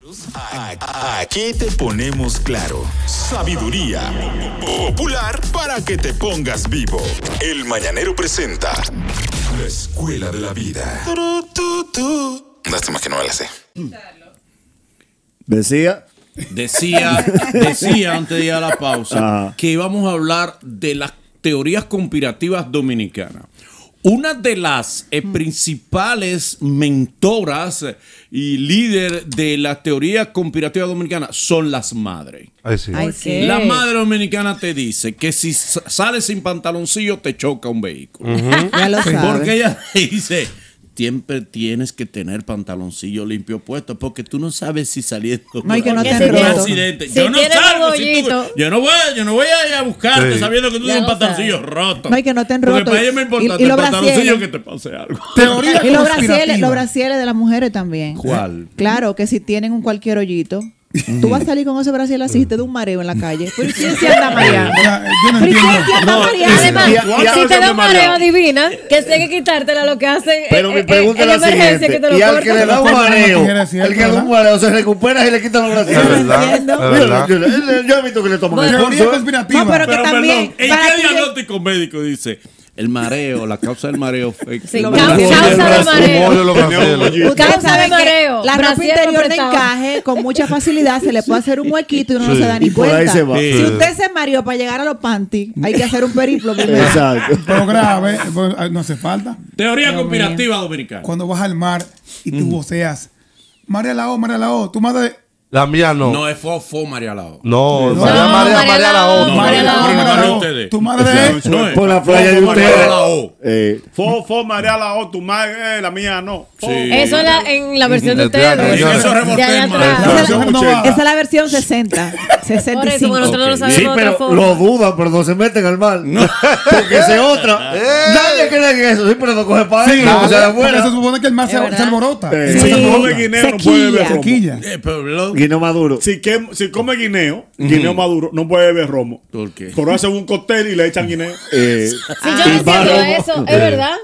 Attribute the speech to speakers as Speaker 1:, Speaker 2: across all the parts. Speaker 1: Jesús. Aquí te ponemos claro. Sabiduría popular para que te pongas vivo. El Mañanero presenta La Escuela de la Vida. Lástima que no me la sé.
Speaker 2: Decía.
Speaker 3: Decía, decía antes de ir a la pausa que íbamos a hablar de las teorías conspirativas dominicanas. Una de las eh, principales mentoras y líder de la teoría conspirativa dominicana son las madres.
Speaker 4: Ay, sí.
Speaker 5: Ay, sí.
Speaker 3: La madre dominicana te dice que si sa- sales sin pantaloncillo te choca un vehículo.
Speaker 5: Ya lo
Speaker 3: Porque
Speaker 5: sabes.
Speaker 3: ella dice, siempre tienes que tener pantaloncillo limpio puesto porque tú no sabes si saliendo
Speaker 5: No, y que no
Speaker 3: por ahí
Speaker 5: te
Speaker 3: hubo un
Speaker 5: roto.
Speaker 3: accidente.
Speaker 6: Si
Speaker 3: yo no
Speaker 6: tienes
Speaker 3: salgo,
Speaker 6: un
Speaker 3: si tú-
Speaker 6: bollito.
Speaker 3: yo no voy, yo no voy a ir a buscarte
Speaker 4: Sí.
Speaker 3: sabiendo que tú
Speaker 6: Ya
Speaker 3: tienes un
Speaker 6: lo
Speaker 3: pantaloncillo roto.
Speaker 5: No, y que no te han
Speaker 3: Porque
Speaker 5: roto.
Speaker 3: para ella me
Speaker 5: Y-
Speaker 3: importa
Speaker 5: y
Speaker 3: el
Speaker 5: los
Speaker 3: pantaloncillo
Speaker 5: brasieres.
Speaker 3: que te pase algo.
Speaker 4: Teoría
Speaker 5: Y los
Speaker 4: conspirativa.
Speaker 5: brasieles, los brasieles de las mujeres también.
Speaker 3: ¿Cuál?
Speaker 5: Claro, que si tienen un cualquier hoyito.
Speaker 2: Mm.
Speaker 5: Tú vas a salir con ese brasier así y te da un mareo en la calle. ¿Pero ¿y quién se anda
Speaker 7: Eh,
Speaker 5: mareando?
Speaker 4: Ya, eh, yo no
Speaker 5: ¿Pero ¿y quién
Speaker 4: entiendo.
Speaker 5: se anda
Speaker 6: Y
Speaker 5: mareando?
Speaker 6: además,
Speaker 2: y a- y a-
Speaker 6: si te
Speaker 2: María.
Speaker 6: da un mareo divina, que si hay que quitártela, lo que hace
Speaker 2: Pero
Speaker 5: Eh,
Speaker 2: mi pregunta es la
Speaker 6: emergencia
Speaker 2: siguiente.
Speaker 6: que te lo
Speaker 2: y al
Speaker 6: cortan.
Speaker 2: que le da un
Speaker 4: Cortan las
Speaker 2: mareo,
Speaker 4: tijeras, ¿cierto,
Speaker 2: el que le da un
Speaker 4: verdad?
Speaker 2: mareo se recupera y le quitan los
Speaker 4: Es
Speaker 2: brasiles.
Speaker 4: verdad,
Speaker 5: entiendo.
Speaker 4: es verdad.
Speaker 2: Yo, yo- yo he visto que le toman el
Speaker 4: Teoría
Speaker 2: pulso. ¿eh?
Speaker 4: conspirativa.
Speaker 5: No, pero-
Speaker 3: Pero
Speaker 5: también,
Speaker 3: perdón, ¿en
Speaker 5: para
Speaker 3: qué
Speaker 5: ti que-
Speaker 3: diagnóstico médico dice? El mareo, la causa del mareo fue que-
Speaker 6: Sí,
Speaker 3: Lo-
Speaker 6: causa-
Speaker 3: lo-
Speaker 6: causa de
Speaker 3: lo-
Speaker 6: mareo.
Speaker 4: Odio los brasiles.
Speaker 5: Ustedes
Speaker 6: Causa de
Speaker 5: saben que
Speaker 6: mareo.
Speaker 5: La ropa
Speaker 6: Brasier
Speaker 5: interior de
Speaker 6: apretado.
Speaker 5: encaje, con mucha facilidad, se le puede hacer un huequito y uno no se da ni
Speaker 2: Y por
Speaker 5: cuenta.
Speaker 2: ahí se va.
Speaker 3: Sí.
Speaker 5: Si usted se mareó para llegar a los panties, hay que hacer un periplo primero.
Speaker 2: Exacto.
Speaker 4: Pero grave, pero no hace falta.
Speaker 3: Teoría conspirativa dominicana.
Speaker 4: Cuando vas al mar y tú voceas, María la O, María la O, tú madre.
Speaker 7: La mía no.
Speaker 3: No es fofo, María Lao.
Speaker 7: No,
Speaker 4: No,
Speaker 7: María, María,
Speaker 6: María
Speaker 7: María la
Speaker 6: Lao,
Speaker 7: O.
Speaker 3: No,
Speaker 4: María
Speaker 3: no,
Speaker 4: la O,
Speaker 3: no,
Speaker 4: María
Speaker 3: no,
Speaker 4: la O.
Speaker 3: ustedes.
Speaker 4: Tu madre es.
Speaker 3: No es.
Speaker 2: Por la playa de
Speaker 3: Fofo, María
Speaker 2: ustedes.
Speaker 3: Lao.
Speaker 2: Eh,
Speaker 8: Fofo, marea la O, tu madre, eh, la mía no. Fo.
Speaker 3: Sí.
Speaker 6: Eso es la, en la versión de
Speaker 7: De
Speaker 6: ustedes.
Speaker 7: atrás,
Speaker 6: ¿no?
Speaker 7: de
Speaker 3: eso remoté,
Speaker 6: De allá
Speaker 3: hermano.
Speaker 6: atrás.
Speaker 5: Esa,
Speaker 4: No,
Speaker 5: es la,
Speaker 4: eso no va.
Speaker 5: esa es la versión 60,
Speaker 6: Por eso,
Speaker 5: 65.
Speaker 6: bueno, nosotros no
Speaker 3: Ok.
Speaker 6: sabemos
Speaker 2: sí,
Speaker 6: de otra
Speaker 2: pero
Speaker 6: forma.
Speaker 2: lo dudan, pero no se meten al mar. Porque se otra. Nadie cree en eso. Sí, pero no coge para ahí.
Speaker 4: Claro,
Speaker 2: o sea,
Speaker 4: porque
Speaker 2: afuera.
Speaker 4: se supone que el mar se,
Speaker 6: Es verdad.
Speaker 4: se alborota.
Speaker 2: Eh.
Speaker 4: Se
Speaker 5: Sí.
Speaker 8: Si come guineo, no puede beber
Speaker 5: Sequía.
Speaker 8: romo.
Speaker 4: Quilla.
Speaker 3: Eh, pero lo-
Speaker 2: Guino Maduro.
Speaker 8: Si, que- si come guineo, guineo maduro, no puede beber romo.
Speaker 3: ¿Por qué?
Speaker 8: Pero hacen un cóctel y le echan guineo.
Speaker 2: Eh,
Speaker 6: Si yo no
Speaker 2: barro,
Speaker 6: entiendo eso, es verdad.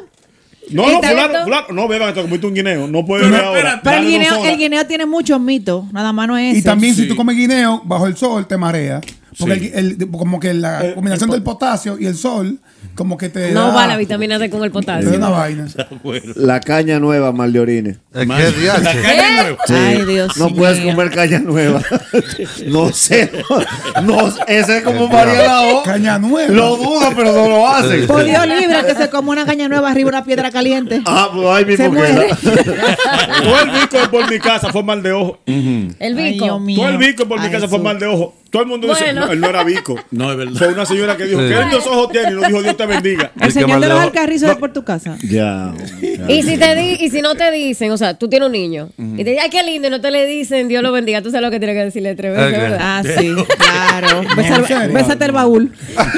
Speaker 8: No, no,
Speaker 6: ¿Está
Speaker 8: fulano,
Speaker 6: bien?
Speaker 8: fulano. No beban esto, comiste un guineo. No puede beber
Speaker 3: Pero
Speaker 8: ahora.
Speaker 3: espérate.
Speaker 5: Pero el
Speaker 8: Dale dos
Speaker 5: guineo,
Speaker 8: horas.
Speaker 5: el guineo tiene muchos mitos, nada más no es
Speaker 4: Y
Speaker 5: ese.
Speaker 4: también
Speaker 3: Sí.
Speaker 4: si tú comes guineo, bajo el sol te marea. Porque
Speaker 3: Sí.
Speaker 4: el- el- como que la combinación del potasio y el sol, como que te
Speaker 6: No
Speaker 4: da-
Speaker 6: va la vitamina D con el
Speaker 4: te da
Speaker 6: potasio.
Speaker 4: una vaina.
Speaker 3: Bueno.
Speaker 2: La caña nueva, mal de orines.
Speaker 7: Es que es
Speaker 3: La
Speaker 7: DH.
Speaker 3: calle nueva.
Speaker 5: Ay, Dios
Speaker 2: No
Speaker 5: mío.
Speaker 2: puedes comer caña nueva. no sé. No, ese es como María Lao.
Speaker 4: Caña nueva.
Speaker 2: Lo dudo, pero no lo hacen.
Speaker 5: Por Dios libre el que se come una caña nueva arriba de una piedra caliente.
Speaker 2: Ah, pues ahí
Speaker 5: Se
Speaker 2: mismo
Speaker 5: muere.
Speaker 2: queda.
Speaker 8: Todo el bico de por mi casa fue mal de ojo.
Speaker 6: El
Speaker 5: Ay, Dios
Speaker 6: bico.
Speaker 5: mío.
Speaker 8: Todo el bico de por mi
Speaker 5: Ay,
Speaker 8: casa fue
Speaker 5: Jesús.
Speaker 8: mal de ojo. Todo el mundo dice,
Speaker 6: Bueno.
Speaker 8: no, él no era bico.
Speaker 3: No, es verdad.
Speaker 8: Fue una señora que dijo,
Speaker 7: Sí.
Speaker 8: ¿qué lindos ojos tiene? Y nos dijo, Dios te bendiga.
Speaker 5: El
Speaker 7: El que
Speaker 5: señor
Speaker 7: más
Speaker 5: de los
Speaker 7: lejos-
Speaker 5: alcarrizos es por tu casa.
Speaker 2: Ya.
Speaker 6: Y si, te di- y si no te dicen, o sea, tú tienes un niño y te dicen, ay, qué lindo, y no te le dicen, Dios lo bendiga, tú sabes lo que tienes que decirle tres veces,
Speaker 7: Ok.
Speaker 6: ¿verdad?
Speaker 5: Ah, sí, claro. Besa-
Speaker 4: ¿en serio?
Speaker 5: Bésate el baúl.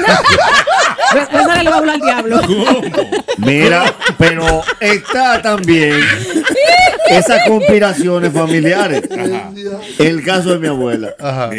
Speaker 5: Bes- Bésale el baúl al diablo.
Speaker 2: Mira, pero está también esas conspiraciones familiares. El caso de mi abuela.
Speaker 7: Ajá.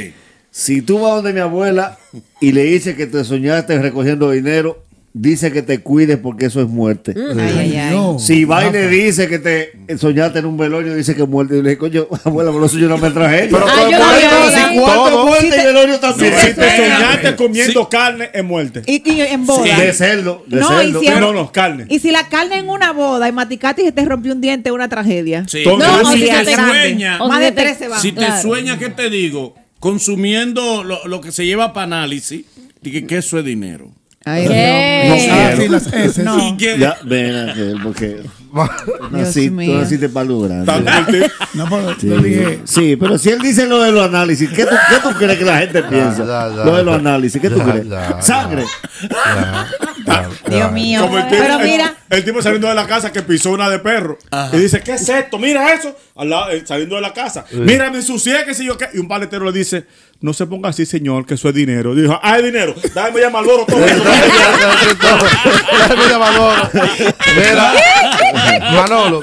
Speaker 2: Si tú vas donde mi abuela y le dices que te soñaste recogiendo dinero, dice que te cuides porque eso es muerte.
Speaker 5: Ay, ay, ay.
Speaker 4: No.
Speaker 2: Si va y le dice que te soñaste en un velorio, dice que muerte. Y le digo, coño, abuela, pero eso yo no me traje.
Speaker 7: Pero
Speaker 6: Ah, yo
Speaker 7: todo-
Speaker 6: la vi,
Speaker 7: todo-
Speaker 6: la vi.
Speaker 7: todo-
Speaker 2: ¿Cuánto muerte y velorio
Speaker 8: Si
Speaker 2: también?
Speaker 8: si te
Speaker 3: Espérame.
Speaker 8: soñaste comiendo carne, es muerte.
Speaker 5: Y, y en boda.
Speaker 2: De cerdo, de
Speaker 5: No, y
Speaker 2: cerdo.
Speaker 5: si,
Speaker 8: No, no, carne.
Speaker 5: y si la carne en una boda y maticate y se te rompió un diente, es una tragedia.
Speaker 3: Sí.
Speaker 8: Entonces,
Speaker 6: No,
Speaker 3: Pero
Speaker 6: o
Speaker 3: si
Speaker 6: si
Speaker 3: te
Speaker 6: te-
Speaker 3: sueña,
Speaker 6: o
Speaker 5: Más
Speaker 6: si
Speaker 5: de
Speaker 6: te-
Speaker 5: 13 va.
Speaker 3: si te
Speaker 6: Claro.
Speaker 3: sueña, ¿qué te digo? Consumiendo lo, lo que se lleva para análisis, dije que eso es dinero.
Speaker 5: Ay,
Speaker 6: ¿Qué?
Speaker 5: Dios mío.
Speaker 4: Ah, sí, las S.
Speaker 3: Y que-
Speaker 2: Ya, ven Ángel, porque nací, tú
Speaker 5: mío.
Speaker 2: naciste para lograr.
Speaker 8: Tan fuerte.
Speaker 4: No, pero yo dije.
Speaker 2: Sí, pero si él dice lo de los análisis, ¿qué tú, qué tú crees que la gente piensa?
Speaker 7: ya, ya,
Speaker 2: lo de los
Speaker 7: ya.
Speaker 2: análisis, ¿qué tú
Speaker 7: Ya,
Speaker 2: crees?
Speaker 7: ya, ya.
Speaker 2: Sangre.
Speaker 7: Ya, ya, ya.
Speaker 5: Dios mío.
Speaker 8: Como el tipo,
Speaker 5: Pero
Speaker 8: el-
Speaker 5: mira,
Speaker 8: el, tipo saliendo de la casa que pisó una de perro y dice, ¿qué es esto? Mira eso. Al lado, eh, saliendo de la casa. Mira, me ensucié, qué sé yo qué. Y un paletero le dice, no se ponga así, señor, que eso es dinero. Y dijo, ah, es dinero. Dame ya Malboro todo eso.
Speaker 7: Mira, Manolo. Mira, Manolo,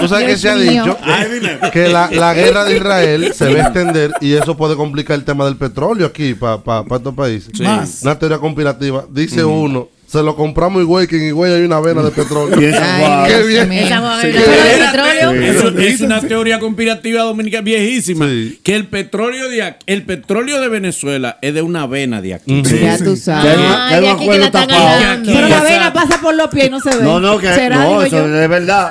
Speaker 7: tú sabes que se ha
Speaker 5: Dios mío.
Speaker 7: dicho
Speaker 8: Ah, es dinero.
Speaker 7: que la, la guerra de Israel se va a extender y eso puede complicar el tema del petróleo aquí para estos países.
Speaker 4: Más.
Speaker 7: Una teoría conspirativa. Dice uno Se lo compramos a Higüey, que en Higüey hay una vena de petróleo.
Speaker 2: Y en San Juan.
Speaker 7: Qué bien.
Speaker 6: En San Juan,
Speaker 7: Sí.
Speaker 6: en la Pero el
Speaker 3: Espérate,
Speaker 6: petróleo.
Speaker 3: eso es una teoría conspirativa dominicana viejísima.
Speaker 7: Sí.
Speaker 3: Que el petróleo de aquí- el petróleo de Venezuela es de una vena de aquí.
Speaker 5: Ya tú sabes.
Speaker 2: Ya- ya
Speaker 6: Ay, de
Speaker 2: el
Speaker 6: Ah, aquí que
Speaker 2: acuerdo
Speaker 6: la están
Speaker 2: tapado.
Speaker 6: hablando.
Speaker 3: Que
Speaker 5: Pero la
Speaker 3: esa-
Speaker 5: vena pasa por los pies y no se ve.
Speaker 2: No, no, que
Speaker 5: ¿Será,
Speaker 2: no,
Speaker 5: digo
Speaker 2: eso
Speaker 5: yo?
Speaker 2: es verdad.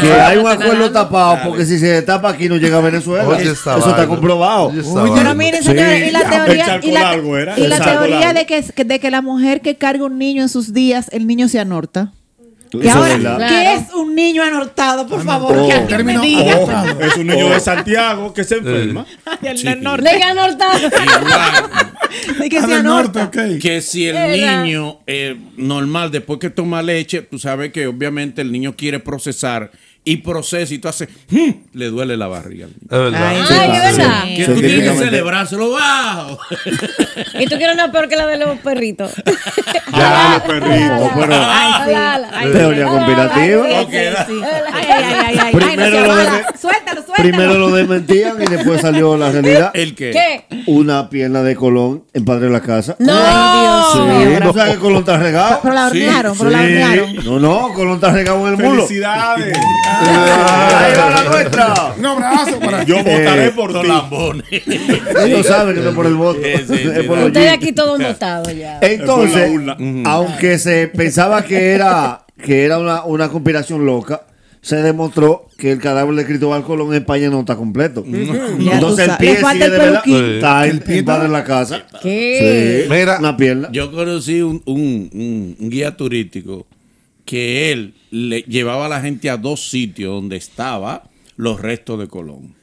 Speaker 2: Que
Speaker 6: Ah,
Speaker 2: hay un
Speaker 6: está
Speaker 2: acuerdo
Speaker 6: ganando.
Speaker 2: tapado porque si se tapa aquí no llega a Venezuela.
Speaker 7: Oye,
Speaker 2: eso
Speaker 7: esa
Speaker 2: está
Speaker 7: vaina.
Speaker 2: comprobado.
Speaker 7: Oye, esa
Speaker 5: Pero
Speaker 7: vaina.
Speaker 5: miren, señores, y la
Speaker 8: ya, el
Speaker 5: teoría,
Speaker 8: charco
Speaker 5: y la,
Speaker 8: largo era,
Speaker 5: y
Speaker 8: el
Speaker 5: la
Speaker 8: charco
Speaker 5: teoría
Speaker 8: largo.
Speaker 5: de que, de que la mujer que carga un niño en sus días, el niño se anorta. Y
Speaker 2: Eso es
Speaker 5: ahora,
Speaker 2: verdad.
Speaker 5: ¿qué
Speaker 6: Claro.
Speaker 5: es un niño anortado? Por favor, que alguien me
Speaker 4: Término
Speaker 5: diga.
Speaker 4: abortado.
Speaker 8: "Oh, Es un niño de Santiago que se enferma.
Speaker 5: Del norte.
Speaker 6: De que nortado.
Speaker 3: Igual
Speaker 5: De que
Speaker 4: Ah,
Speaker 5: se
Speaker 4: del norte,
Speaker 5: anorta.
Speaker 4: ok.
Speaker 3: que si el
Speaker 6: ¿Verdad?
Speaker 3: niño eh, normal, después que toma leche, tú sabes que obviamente el niño quiere procesar y procesa y tú haces, "Mm", le duele la barriga. al niño.
Speaker 7: Es verdad.
Speaker 5: Ay,
Speaker 6: Ay, es verdad.
Speaker 3: Que tú tienes que
Speaker 2: Científicamente.
Speaker 3: celebrárselo bajo.
Speaker 6: Y tú quieres una peor que la de los perritos.
Speaker 8: Ya, Ah, los perritos.
Speaker 2: pero-
Speaker 5: Ah,
Speaker 6: Ay,
Speaker 2: Teoría conspirativa.
Speaker 6: Ah, Ay,
Speaker 3: Ok,
Speaker 6: sí,
Speaker 3: da.
Speaker 6: sí.
Speaker 5: Ay, ay, ay, ay, ay.
Speaker 2: Primero
Speaker 5: Ay, no se
Speaker 2: lo de-
Speaker 5: joda. Suéltalo, suéltalo.
Speaker 2: Primero lo desmentían y después salió la realidad.
Speaker 3: ¿El que
Speaker 6: ¿Qué?
Speaker 2: Una pierna de Colón en Padre de la Casa.
Speaker 6: No.
Speaker 2: Sí, ¿Tú sabes que Colón está regado?
Speaker 5: Pero la hornearon, pero la
Speaker 2: Sí.
Speaker 5: hornearon.
Speaker 2: No, no, Colón está regado en el mulo.
Speaker 8: Felicidades.
Speaker 2: Ahí va la nuestra.
Speaker 4: Un abrazo para
Speaker 8: Yo votaré por
Speaker 3: Los
Speaker 8: ti.
Speaker 3: lambones.
Speaker 2: Ellos saben que no es por el voto.
Speaker 3: Sí, sí,
Speaker 2: es
Speaker 3: sí,
Speaker 2: por los
Speaker 6: Ustedes
Speaker 2: jeans.
Speaker 6: aquí todos notados ya.
Speaker 2: Entonces,
Speaker 8: Fue la urna.
Speaker 2: aunque se pensaba que era, que era una, una conspiración loca, se demostró que el cadáver de Cristóbal Colón en España no está completo.
Speaker 5: Ya tú
Speaker 2: Entonces el
Speaker 5: sabes.
Speaker 2: pie
Speaker 5: Le
Speaker 2: sigue
Speaker 5: falta el
Speaker 2: de verdad.
Speaker 5: peluquín.
Speaker 2: Está en,
Speaker 4: El pie
Speaker 2: en
Speaker 4: está-
Speaker 2: Padre de la casa.
Speaker 6: ¿Qué?
Speaker 2: Sí,
Speaker 7: Mira.
Speaker 2: una pierna.
Speaker 3: Yo conocí un, un- un- un guía turístico que él le llevaba a la gente a dos sitios donde estaba los restos de Colón.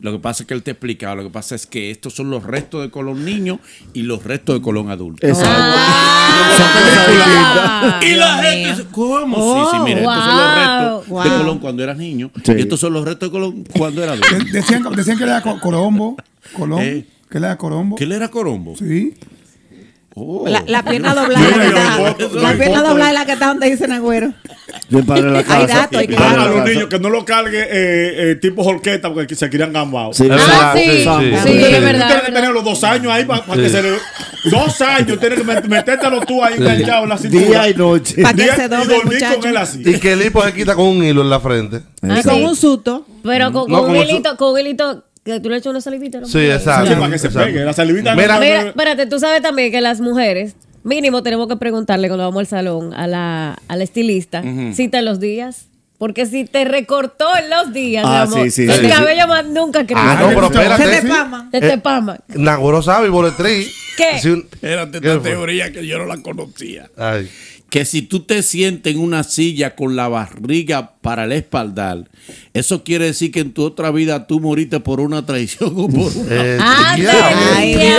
Speaker 3: Lo que pasa es que él te explicaba, lo que pasa es que estos son los restos de Colón niño y los restos de Colón adulto.
Speaker 2: Exacto.
Speaker 6: Ah.
Speaker 3: Y la
Speaker 5: Dios
Speaker 3: gente,
Speaker 5: mío.
Speaker 3: dice, ¿cómo?
Speaker 6: Oh,
Speaker 3: sí, sí, mira, estos son
Speaker 6: wow,
Speaker 3: los restos de
Speaker 5: wow.
Speaker 3: Colón cuando eras niño
Speaker 2: Sí.
Speaker 3: y estos son los restos de Colón cuando era adulto.
Speaker 4: De- Decían, decían que le da co- Colombo. Colombo.
Speaker 3: Eh.
Speaker 4: Que le da Colombo.
Speaker 3: ¿Qué él era Colombo?
Speaker 4: Sí.
Speaker 3: Oh.
Speaker 5: La, la pierna doblada.
Speaker 8: Mira,
Speaker 5: es la que
Speaker 8: yo voto,
Speaker 5: está-
Speaker 8: yo
Speaker 5: la pierna
Speaker 8: voto.
Speaker 5: doblada es la que está donde dice Nagüero.
Speaker 2: Yo en Padre de la casa.
Speaker 5: Hay datos, hay que-
Speaker 2: Padre de la
Speaker 8: a los
Speaker 2: Casa.
Speaker 8: niños que no lo cargue eh, eh, tipo jorqueta porque aquí se querían gambados.
Speaker 2: Sí,
Speaker 7: Es verdad,
Speaker 6: Ah, sí.
Speaker 7: sí,
Speaker 6: Sí,
Speaker 7: sí.
Speaker 6: es
Speaker 8: Ustedes-
Speaker 6: verdad.
Speaker 8: ustedes
Speaker 6: es verdad.
Speaker 8: tienen los dos años ahí para que se le. Dos años, tienes que met- metértelo tú ahí enganchado en la cintura.
Speaker 2: Día y noche.
Speaker 5: Pa' que
Speaker 8: Día-
Speaker 5: se doble
Speaker 8: y
Speaker 5: el
Speaker 8: dormir
Speaker 5: muchacho.
Speaker 8: con él así.
Speaker 7: Y que el hipo se quita con un hilo en la frente.
Speaker 6: Ah,
Speaker 5: Y con
Speaker 6: sí.
Speaker 5: un susto.
Speaker 6: Pero con,
Speaker 7: No,
Speaker 6: con un
Speaker 7: como su-
Speaker 6: hilito, con un hilito, que tú le echas una salivita. ¿no?
Speaker 7: Sí, exacto.
Speaker 8: Sí, para que se
Speaker 7: Exacto.
Speaker 8: pegue, la salivita no-
Speaker 7: Mira,
Speaker 6: Mira, espérate, tú sabes también que las mujeres, mínimo tenemos que preguntarle cuando vamos al salón a la, a la estilista, cita en los días. Porque si te recortó en los días,
Speaker 2: Ah,
Speaker 6: mi amor,
Speaker 2: sí, sí,
Speaker 6: el
Speaker 2: sí,
Speaker 6: cabello más nunca crece.
Speaker 7: Ah, no, pero
Speaker 5: Se te
Speaker 7: espérate.
Speaker 5: pama.
Speaker 6: Te te pama.
Speaker 7: Nagoro sabe y boletrí.
Speaker 6: ¿Qué?
Speaker 7: Si un-
Speaker 3: Espérate,
Speaker 7: ¿Qué
Speaker 3: esta
Speaker 7: fue?
Speaker 3: teoría que yo no la conocía.
Speaker 7: Ay.
Speaker 3: que si tú te sientes en una silla con la barriga para el espaldar, eso quiere decir que en tu otra vida tú moriste por una traición o por una,
Speaker 7: Eh,
Speaker 6: Ah,
Speaker 7: ya.
Speaker 5: Ay, Dios mío.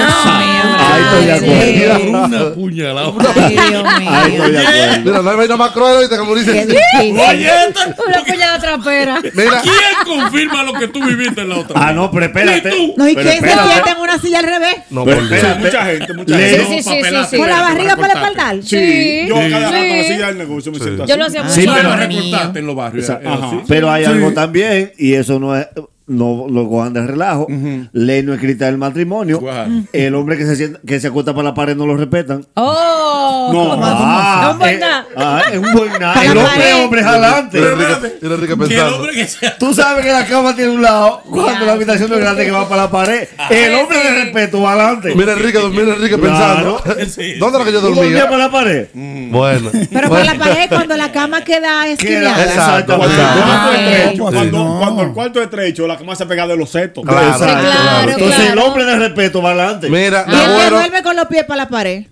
Speaker 2: Ahí estoy de
Speaker 5: Ay,
Speaker 2: acuerdo.
Speaker 3: por una puñalada.
Speaker 5: Ay, Dios
Speaker 2: Ahí
Speaker 5: mío.
Speaker 2: estoy de acuerdo.
Speaker 7: Mira, no hay vaina más cruel ahorita que morirse.
Speaker 5: Qué difícil.
Speaker 3: Oye, esta-
Speaker 6: Una puñada trapera.
Speaker 7: Mira,
Speaker 3: ¿quién confirma lo que tú viviste en la otra?
Speaker 2: Ah, no, pero espérate.
Speaker 5: No, ¿y
Speaker 2: Pero
Speaker 5: quién se
Speaker 2: espérate.
Speaker 5: sienta en una silla al revés?
Speaker 7: no,
Speaker 2: Pero
Speaker 7: por Dios.
Speaker 2: espérate.
Speaker 8: Mucha gente, mucha
Speaker 2: Le-
Speaker 8: gente.
Speaker 6: Sí, sí, sí,
Speaker 3: Papelazo.
Speaker 6: sí, sí.
Speaker 5: ¿Con la barriga por el
Speaker 3: Recortarte.
Speaker 5: espaldar?
Speaker 6: Sí.
Speaker 8: Yo cada rato
Speaker 6: Sí.
Speaker 8: hacía el negocio, me siento
Speaker 6: Yo lo
Speaker 8: así.
Speaker 6: hacía mucho.
Speaker 2: Ah, Sí,
Speaker 3: Bueno,
Speaker 2: pero-
Speaker 3: recortaste en los barrios.
Speaker 2: Esa-
Speaker 3: eh, así.
Speaker 2: Pero hay
Speaker 4: Sí.
Speaker 2: algo también, y eso no es. No lo cojan de relajo. Ley no escrita del matrimonio.
Speaker 3: ¿Cuál?
Speaker 2: El hombre que se sienta- que se acuesta para la pared no lo respetan.
Speaker 6: Oh.
Speaker 8: No.
Speaker 2: Ah,
Speaker 6: Es un buen
Speaker 2: eh,
Speaker 6: na.
Speaker 2: ah, es un buen na.
Speaker 5: pues, Para
Speaker 2: El
Speaker 5: la
Speaker 2: hombre,
Speaker 5: pared.
Speaker 2: hombre, es
Speaker 7: Mira,
Speaker 2: adelante.
Speaker 7: Enrique- mira, Enrique
Speaker 3: Que el
Speaker 7: pensando.
Speaker 3: hombre que sea.
Speaker 2: Tú sabes que la cama tiene un lado, cuando la habitación es grande que va para la pared.
Speaker 5: Ah,
Speaker 2: El hombre de respeto va adelante.
Speaker 7: Mira, Enrique, mira, Enrique
Speaker 2: Claro.
Speaker 7: pensando.
Speaker 3: Sí.
Speaker 7: ¿Dónde era que yo
Speaker 2: ¿Tú dormías
Speaker 7: dormía?
Speaker 2: para la pared?
Speaker 7: Bueno.
Speaker 5: Pero por la pared cuando la cama queda
Speaker 2: Queda-
Speaker 5: esquinada.
Speaker 7: Exacto.
Speaker 8: Cuando el
Speaker 7: exacto.
Speaker 8: cuarto
Speaker 5: Ay.
Speaker 8: es
Speaker 6: Eh,
Speaker 8: estrecho,
Speaker 4: Sí.
Speaker 8: cuando-
Speaker 4: No.
Speaker 8: cuando el cuarto es estrecho, la cama se pega de los setos.
Speaker 7: Claro,
Speaker 2: Exacto.
Speaker 7: Ah, claro.
Speaker 2: Entonces el
Speaker 6: claro.
Speaker 2: hombre de respeto va adelante.
Speaker 7: Mira,
Speaker 5: Y él se
Speaker 7: Nagoro.
Speaker 5: duerme con los pies para la pared.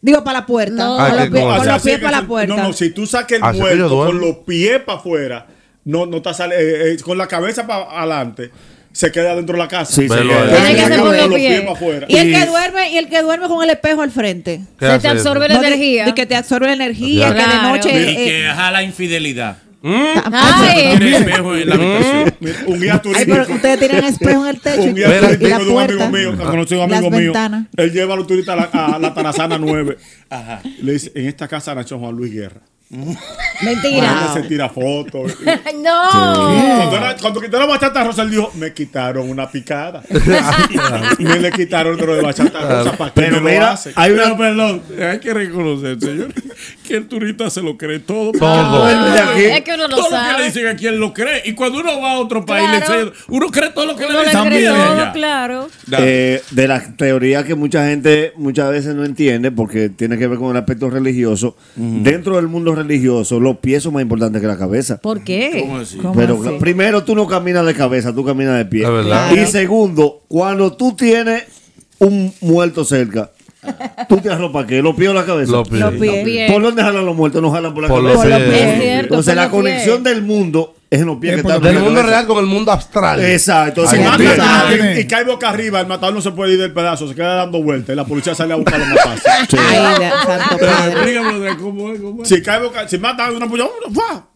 Speaker 5: Digo, para la puerta.
Speaker 6: No.
Speaker 7: Ah,
Speaker 5: Con los
Speaker 7: qué
Speaker 5: pies,
Speaker 7: cosa.
Speaker 5: con
Speaker 8: O sea,
Speaker 5: los pies
Speaker 8: sí que
Speaker 5: para
Speaker 8: si-
Speaker 5: la puerta.
Speaker 8: No, no, si tú sacas el
Speaker 7: Así que yo
Speaker 8: muerto
Speaker 7: duermo.
Speaker 8: con los pies para afuera, no, no está sale, eh, eh, con la cabeza para adelante, se queda dentro de la casa.
Speaker 2: Sí,
Speaker 7: Velo
Speaker 2: sí, queda.
Speaker 7: ahí.
Speaker 6: Tiene que
Speaker 8: Con
Speaker 6: hacer por los
Speaker 8: pies
Speaker 6: pies.
Speaker 8: para afuera.
Speaker 5: Y el que duerme, y el que duerme con el espejo al frente.
Speaker 7: ¿Qué
Speaker 6: Se
Speaker 7: hace
Speaker 6: te
Speaker 7: eso?
Speaker 6: absorbe la
Speaker 5: No, de-
Speaker 6: energía.
Speaker 5: De, que te absorbe la energía,
Speaker 7: Claro.
Speaker 5: que de noche.
Speaker 3: Y
Speaker 5: eh,
Speaker 3: que ajá la infidelidad.
Speaker 5: Ah,
Speaker 6: Ay.
Speaker 3: Tiene espejo
Speaker 2: eh,
Speaker 3: en la habitación.
Speaker 8: Mira, Un guía
Speaker 5: Ay,
Speaker 8: turístico.
Speaker 5: pero ustedes tienen espejo en el techo y,
Speaker 8: Un guía
Speaker 5: y
Speaker 7: Mira,
Speaker 8: turístico
Speaker 5: la
Speaker 8: de un amigo
Speaker 5: puerta.
Speaker 8: mío, que conocí a un
Speaker 5: Las
Speaker 8: amigo mío.
Speaker 5: ventanas.
Speaker 8: Él lleva a los turistas a la, a la Tarazana 9. Le dice, en esta casa nació Juan Luis Guerra.
Speaker 6: Mentira.
Speaker 8: Ahora se tira fotos. Y-
Speaker 6: No.
Speaker 8: Cuando, era- cuando quitaron bachata rosa, él dijo, me quitaron una picada. me le quitaron lo de bachata rosa para que
Speaker 2: Pero
Speaker 8: me lo
Speaker 2: mira,
Speaker 8: hacen.
Speaker 2: eh, hay una,
Speaker 3: Pero perdón, hay que reconocer, señor, que el turista se lo cree todo.
Speaker 7: Todo.
Speaker 2: Bueno, de aquí.
Speaker 6: Es que uno no
Speaker 3: todo lo que le
Speaker 6: sabe.
Speaker 3: dicen aquí él lo cree. Y cuando uno va a otro país, le
Speaker 6: Claro.
Speaker 3: enseña- uno cree todo lo que
Speaker 6: Uno
Speaker 3: le
Speaker 6: le
Speaker 3: dicen
Speaker 6: cree
Speaker 3: también
Speaker 6: todo,
Speaker 3: allá.
Speaker 6: claro.
Speaker 3: Dale.
Speaker 2: Eh, de las teorías que mucha gente muchas veces no entiende porque tiene que ver con el aspecto religioso. Dentro del mundo religioso, los pies son más importantes que la cabeza.
Speaker 6: ¿Por qué?
Speaker 3: ¿Cómo así?
Speaker 5: ¿Cómo
Speaker 2: Pero
Speaker 5: así?
Speaker 2: cla- primero, tú no caminas de cabeza, tú caminas de pie.
Speaker 7: La verdad.
Speaker 2: Y segundo, cuando tú tienes un muerto cerca, tú te arropas qué? ¿Los pies o la cabeza?
Speaker 7: Los pies.
Speaker 5: Los pies.
Speaker 6: Bien.
Speaker 2: ¿Por dónde jalan los muertos? No jalan por la
Speaker 7: Por los
Speaker 2: cabeza.
Speaker 7: Por los pies. pies.
Speaker 6: Es cierto,
Speaker 2: Entonces,
Speaker 6: por
Speaker 2: la
Speaker 6: los pies.
Speaker 2: conexión del mundo es en los pies
Speaker 4: Es
Speaker 2: que
Speaker 4: por
Speaker 2: están
Speaker 4: los
Speaker 7: Del
Speaker 2: en la
Speaker 7: mundo
Speaker 2: cabeza.
Speaker 7: real con el mundo astral.
Speaker 2: Exacto.
Speaker 7: Ahí
Speaker 8: Si
Speaker 2: Entonces, los
Speaker 7: está.
Speaker 8: mata
Speaker 2: pies-
Speaker 4: empieza.
Speaker 8: a alguien y cae boca arriba, el matador no se puede ir del pedazo, se queda dando vueltas y la policía sale a buscarlo más fácil.
Speaker 5: Ay, da- santo
Speaker 3: Pero
Speaker 5: padre.
Speaker 3: explícame otra vez, ¿cómo es? ¿Cómo es?
Speaker 8: Si cae boca, si mata a una puya, ¡fua!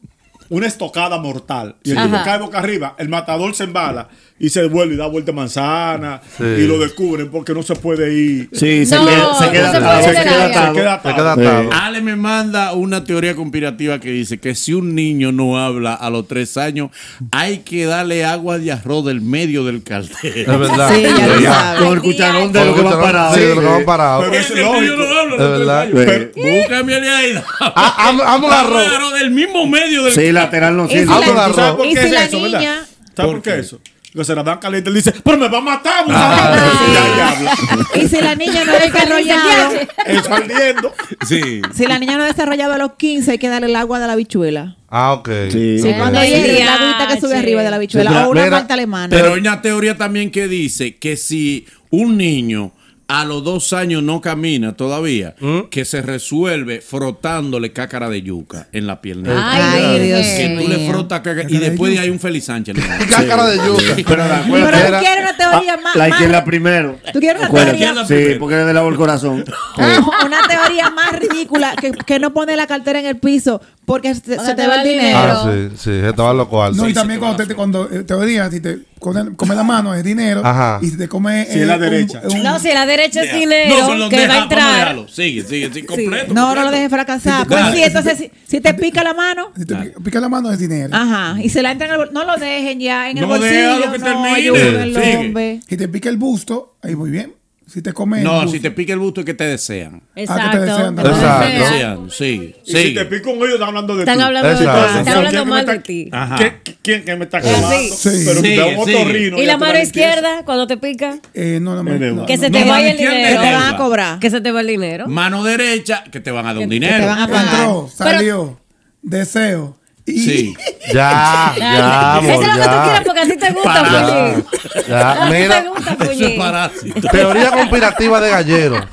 Speaker 8: una estocada mortal. Y el
Speaker 6: Sí.
Speaker 8: tipo
Speaker 6: Ajá.
Speaker 8: cae boca arriba, el matador se embala y se vuelve y da vuelta a manzana
Speaker 7: Sí.
Speaker 8: y lo descubren porque no se puede ir.
Speaker 2: Sí, se
Speaker 6: No,
Speaker 2: queda, se
Speaker 6: no
Speaker 2: queda
Speaker 6: se
Speaker 2: atado,
Speaker 6: puede
Speaker 2: se queda
Speaker 6: negar.
Speaker 2: atado.
Speaker 8: Se queda
Speaker 7: Se queda
Speaker 8: atado.
Speaker 7: atado.
Speaker 3: Ale me manda una teoría conspirativa que dice que si un niño no habla a los tres años, hay que darle agua de arroz del medio del caldero.
Speaker 7: Es verdad.
Speaker 5: Sí, ya lo
Speaker 7: Ya.
Speaker 5: sabe.
Speaker 2: Con el cucharón de
Speaker 7: Con
Speaker 2: lo que va
Speaker 7: cucharón-
Speaker 2: parado.
Speaker 7: Sí, de lo que va parado.
Speaker 8: Pero es
Speaker 3: El niño
Speaker 8: lógico.
Speaker 3: no habla a los
Speaker 7: Es
Speaker 3: tres
Speaker 7: verdad.
Speaker 3: años.
Speaker 2: Pero-
Speaker 3: Búscame ahí.
Speaker 7: Ah, amo- amo el
Speaker 3: Agua de
Speaker 7: arroz.
Speaker 3: arroz del mismo medio del
Speaker 2: Sí, lateral no
Speaker 5: Y si
Speaker 2: sirve.
Speaker 7: Habla de
Speaker 5: la,
Speaker 8: ¿Tú sabes por
Speaker 5: y
Speaker 8: qué
Speaker 5: si
Speaker 8: es
Speaker 5: la
Speaker 8: eso, verdad?
Speaker 5: niña.
Speaker 8: ¿Sabes por qué eso? Que se la dan caliente y le dice, pero me va a matar, muchacho.
Speaker 7: Ah.
Speaker 8: Ya, ya habla.
Speaker 5: Y si la niña no ha desarrollado.
Speaker 8: Expandiendo.
Speaker 3: Sí.
Speaker 5: Si la niña no ha desarrollado a los 15, hay que darle el agua de la bichuela.
Speaker 7: Ah, ok.
Speaker 2: Sí.
Speaker 5: Sí, cuando
Speaker 6: Ay,
Speaker 5: hierve, la
Speaker 6: ya,
Speaker 5: agüita que sube
Speaker 6: che.
Speaker 5: arriba de la bichuela.
Speaker 7: Mira,
Speaker 5: o una
Speaker 7: mira,
Speaker 5: malta alemana.
Speaker 3: Pero hay una teoría también que dice que si un niño a los dos años no camina todavía, que se resuelve frotándole cácara de yuca en la pierna.
Speaker 6: Ay,
Speaker 5: Ay, Dios
Speaker 3: que
Speaker 6: Virgen.
Speaker 3: tú le frotas cácara y después de ahí un Feliz Sánchez. le
Speaker 7: Y
Speaker 3: das.
Speaker 7: Cáscara de yuca.
Speaker 2: Pero de
Speaker 5: Pero
Speaker 2: acuerdo,
Speaker 5: tú
Speaker 7: era- Ah,
Speaker 5: quieres una teoría más.
Speaker 2: Ah, La
Speaker 5: más-
Speaker 2: izquierda primero.
Speaker 5: ¿Tú quieres una
Speaker 2: Acuérdate.
Speaker 5: teoría?
Speaker 2: Sí, porque le lavo el corazón.
Speaker 5: Ah, una teoría más ridícula que, que no pone la cartera en el piso porque se, se te va el dinero.
Speaker 7: Ah, sí, sí. Se estaba loco alto.
Speaker 4: No, y también cuando te, cuando eh, te odias, si te come, come la mano es dinero.
Speaker 7: Ajá.
Speaker 4: Y si te eh, come.
Speaker 8: Si es la derecha.
Speaker 6: No, si la derecha es
Speaker 3: No,
Speaker 6: dinero,
Speaker 3: pero lo
Speaker 6: que
Speaker 3: deja,
Speaker 6: va a
Speaker 3: vamos a
Speaker 6: entrar.
Speaker 3: dejarlo. Sigue, sigue, sigue, completo.
Speaker 5: No, no
Speaker 3: completo.
Speaker 5: lo dejes fracasar. Pues
Speaker 3: Dale.
Speaker 5: sí, entonces si, si te pica la mano,
Speaker 4: Si te pica- pica la mano es dinero.
Speaker 6: Ah.
Speaker 5: ajá, y se la entra en el bolsillo. No lo dejen ya en el
Speaker 3: No,
Speaker 5: bolsillo.
Speaker 3: déjalo que
Speaker 5: no,
Speaker 3: termine.
Speaker 5: ayúdenlo,
Speaker 3: Sigue.
Speaker 5: hombre.
Speaker 4: Si te pica el busto, ahí muy bien. Si te come. el
Speaker 3: No,
Speaker 4: busto-
Speaker 3: si te pica el busto es que te desean.
Speaker 4: Ah, que te desean,
Speaker 6: Exacto.
Speaker 4: ¿no?
Speaker 7: Exacto.
Speaker 3: Te desean, sí.
Speaker 8: Y si te
Speaker 3: Sigue.
Speaker 8: pico un oído, están hablando de
Speaker 6: Están
Speaker 8: ti.
Speaker 6: hablando de ti,
Speaker 7: Exacto.
Speaker 6: están
Speaker 8: Pero
Speaker 6: hablando
Speaker 8: ¿quién que me
Speaker 6: mal de
Speaker 8: está-
Speaker 6: ti. Ah,
Speaker 3: Ajá.
Speaker 8: ¿Quién- ¿Quién que me está clavando?
Speaker 4: Sí.
Speaker 8: Pero
Speaker 3: Sí,
Speaker 8: me da un
Speaker 3: sí.
Speaker 8: otorrino.
Speaker 6: Y
Speaker 8: ya
Speaker 6: la
Speaker 8: tú
Speaker 6: mano
Speaker 8: limpias.
Speaker 6: izquierda, cuando te pica,
Speaker 4: Eh, no, no me.
Speaker 8: Eres
Speaker 4: no,
Speaker 8: va.
Speaker 6: que
Speaker 4: no,
Speaker 6: se
Speaker 4: no,
Speaker 6: te
Speaker 3: mano
Speaker 6: vaya el
Speaker 3: izquierda
Speaker 5: Que
Speaker 3: es
Speaker 5: te
Speaker 3: deuda.
Speaker 6: dinero.
Speaker 5: van a cobrar.
Speaker 6: Que se te va el dinero.
Speaker 3: Mano derecha, que te van a dar un
Speaker 6: Que- que
Speaker 3: dinero.
Speaker 5: te van a pagar.
Speaker 4: Entró, salió, deseo. Y
Speaker 3: Sí.
Speaker 7: Ya, ya,
Speaker 6: Eso es
Speaker 7: amor,
Speaker 6: lo que tú quieres
Speaker 7: ya.
Speaker 6: porque así te gusta,
Speaker 3: Para.
Speaker 6: Fuji.
Speaker 7: Ya,
Speaker 6: Así
Speaker 7: mira.
Speaker 6: te gusta,
Speaker 3: Eso es
Speaker 6: Fuji.
Speaker 3: parásito.
Speaker 7: Teoría conspirativa de gallero.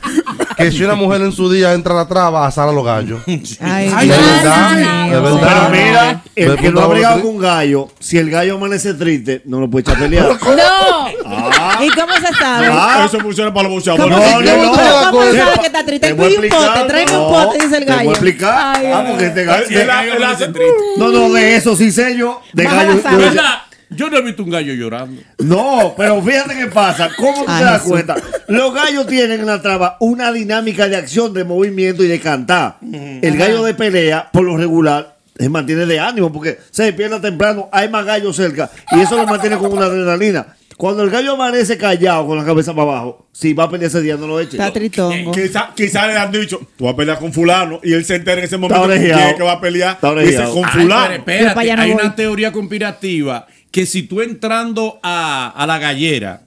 Speaker 7: Que si una mujer en su día entra a la traba, asar a los gallos.
Speaker 5: Ay,
Speaker 4: Ay,
Speaker 5: Dios.
Speaker 4: ay,
Speaker 7: verdad,
Speaker 4: ay,
Speaker 7: de
Speaker 4: ay,
Speaker 7: verdad.
Speaker 2: Pero
Speaker 7: Ah,
Speaker 2: mira,
Speaker 7: no.
Speaker 2: el
Speaker 7: Pues
Speaker 2: que
Speaker 7: puta
Speaker 2: lo ha brigado
Speaker 7: bola.
Speaker 2: con un gallo, si el gallo amanece triste, no lo puede echar a pelear.
Speaker 6: No,
Speaker 5: ¿Y cómo se sabe?
Speaker 2: Ah.
Speaker 8: Eso funciona para los
Speaker 5: ¿Cómo,
Speaker 8: boxeadores.
Speaker 7: No,
Speaker 5: se-
Speaker 7: no, no,
Speaker 5: cómo- cómo
Speaker 7: no,
Speaker 5: cómo
Speaker 7: no,
Speaker 5: sabe que está triste?
Speaker 2: voy a
Speaker 5: Pide un
Speaker 2: explicar,
Speaker 5: pote, tráeme un
Speaker 2: no,
Speaker 5: pote, dice
Speaker 2: Te
Speaker 5: el
Speaker 2: voy a
Speaker 5: gallo.
Speaker 2: explicar.
Speaker 5: Ay,
Speaker 2: ah,
Speaker 5: ay.
Speaker 2: porque este gallo.
Speaker 8: Y él
Speaker 2: de-
Speaker 8: ha- él hace-
Speaker 2: no, no, de eso sí sé yo. De
Speaker 5: Baja
Speaker 2: gallo.
Speaker 5: la sábana.
Speaker 2: yo-
Speaker 3: ¿Verdad? Yo no he visto un gallo llorando.
Speaker 2: No, pero fíjate qué pasa. ¿Cómo tú
Speaker 5: Ay,
Speaker 2: te das
Speaker 5: Jesús.
Speaker 2: cuenta? Los gallos tienen en la traba una dinámica de acción, de movimiento y de cantar. El gallo de pelea, por lo regular, se mantiene de ánimo porque se despierta temprano, hay más gallos cerca y eso lo mantiene con una adrenalina. Cuando el gallo amanece callado con la cabeza para abajo, si va a pelear ese día, no lo eche.
Speaker 5: Está tritongo.
Speaker 8: Quizá, quizá le han dicho, tú vas a pelear con fulano. Y él se entera en ese momento con
Speaker 2: orejeado.
Speaker 8: quién es que va a pelear.
Speaker 2: Está
Speaker 8: Dice,
Speaker 2: orejeado.
Speaker 8: con
Speaker 3: Ay,
Speaker 8: fulano.
Speaker 3: pero espérate,
Speaker 5: Yo pa' allá no
Speaker 3: hay
Speaker 5: voy.
Speaker 3: una teoría conspirativa que si tú entrando a, a la gallera,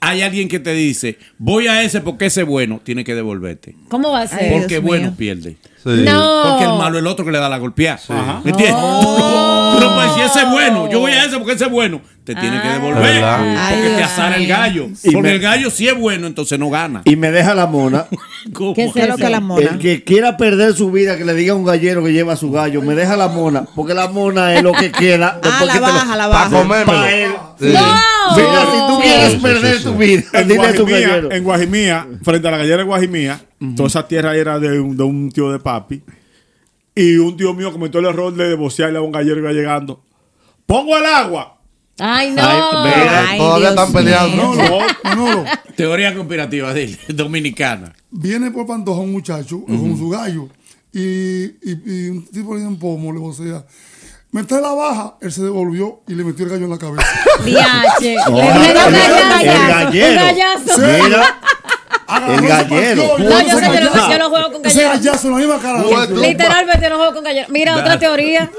Speaker 3: hay alguien que te dice, voy a ese porque ese es bueno, tiene que devolverte.
Speaker 6: ¿cómo va a ser?
Speaker 5: Ay, Dios
Speaker 3: Porque
Speaker 5: mío.
Speaker 3: bueno pierde.
Speaker 7: Sí.
Speaker 6: No.
Speaker 3: Porque el malo es el otro que le da la golpeada. ¿Me entiendes? Tú no puedes decir, ese es bueno, yo voy a ese porque ese es bueno. Te tiene que
Speaker 6: Ah.
Speaker 3: devolver.
Speaker 7: ¿Verdad?
Speaker 3: Porque
Speaker 5: Ay,
Speaker 3: te
Speaker 5: Dios
Speaker 3: asara el
Speaker 5: mío.
Speaker 3: gallo.
Speaker 2: Y
Speaker 3: Porque
Speaker 2: me-
Speaker 3: el gallo si es bueno, entonces no gana.
Speaker 2: Y me deja la mona.
Speaker 3: ¿Cómo
Speaker 6: ¿Qué es
Speaker 5: ¿Qué es lo
Speaker 6: eso?
Speaker 5: que la mona?
Speaker 2: El que quiera perder su vida, que le diga a un gallero que lleva a su gallo, me deja la mona, porque la mona es lo que queda.
Speaker 5: Ah,
Speaker 2: después
Speaker 5: la
Speaker 2: que te lo-
Speaker 5: baja,
Speaker 7: Para
Speaker 5: la baja.
Speaker 2: Pa' él.
Speaker 7: comérmelo. Sí.
Speaker 6: No.
Speaker 2: Mira, si tú
Speaker 6: Oh. Sí.
Speaker 2: quieres
Speaker 7: sí,
Speaker 2: perder
Speaker 7: sí.
Speaker 2: tu vida,
Speaker 8: En
Speaker 2: dile a tu
Speaker 8: Guajimía,
Speaker 2: gallero.
Speaker 8: en Guajimía, frente a la gallera de Guajimía, toda esa tierra era de un, de un tío de papi. Y un tío mío cometió el error de bocearle a un gallero que iba llegando. Pongo el agua.
Speaker 6: Ay,
Speaker 7: Mira,
Speaker 6: no.
Speaker 5: ve. Ay,
Speaker 7: todavía
Speaker 5: Dios
Speaker 7: están peleando.
Speaker 8: No, no, no.
Speaker 3: Teoría conspirativa dile, dominicana.
Speaker 9: Viene por Pantoja un muchacho con su gallo y, y- y un tipo le dio un pomo, le vocea. Me trae la baja, él se devolvió y le metió el gallo en la cabeza.
Speaker 6: Diache. Le
Speaker 2: No,
Speaker 6: pega un
Speaker 2: el
Speaker 6: gallazo.
Speaker 2: gallero.
Speaker 6: Un gallazo.
Speaker 2: Mira,
Speaker 9: Agarró
Speaker 2: El
Speaker 9: ese
Speaker 2: gallero.
Speaker 9: partido y
Speaker 6: No, yo
Speaker 9: ese
Speaker 6: sé que
Speaker 9: gallazo.
Speaker 6: no- yo no juego con
Speaker 9: Ese
Speaker 6: gallero.
Speaker 9: gallazo, la misma cara.
Speaker 7: Juega tú.
Speaker 6: Literalmente no juego con gallero. Mira, otra teoría.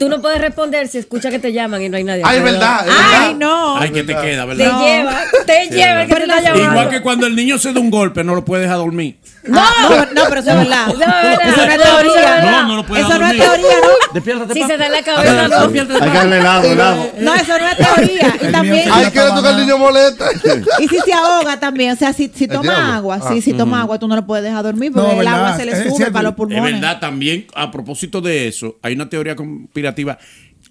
Speaker 6: Tú no puedes responder si escucha que te llaman y no hay nadie.
Speaker 7: Ay, es verdad. es verdad.
Speaker 5: Ay, no.
Speaker 3: Ay, que te queda,
Speaker 6: Te
Speaker 3: ¿verdad?
Speaker 6: lleva, te lleva el que te está llamando.
Speaker 3: Igual que cuando el niño se da un golpe, no lo puede dejar dormir.
Speaker 6: No,
Speaker 5: No, no, pero eso es verdad.
Speaker 6: No, es verdad.
Speaker 5: Eso no es
Speaker 6: No, eso es
Speaker 5: teoría.
Speaker 6: verdad.
Speaker 3: No, no lo puede
Speaker 5: Eso
Speaker 3: dejar
Speaker 5: no es
Speaker 3: dormir.
Speaker 5: teoría, ¿no?
Speaker 3: Despiértate,
Speaker 6: Si
Speaker 3: pa.
Speaker 6: se da en la cabeza, no.
Speaker 2: Hay que darle helado, helado.
Speaker 5: No, eso no es teoría. Y también,
Speaker 7: Ay, que le toca al niño molesta.
Speaker 5: y si se ahoga también, o sea, si, si
Speaker 7: diablo.
Speaker 5: toma agua, sí, si toma agua, tú no lo puedes dejar dormir porque
Speaker 4: Ah. No,
Speaker 5: el
Speaker 4: verdad.
Speaker 5: agua se le
Speaker 4: Es
Speaker 5: sube
Speaker 4: cierto.
Speaker 5: para los
Speaker 3: Es
Speaker 5: pulmones.
Speaker 3: verdad, también a propósito de eso, hay una teoría conspirativa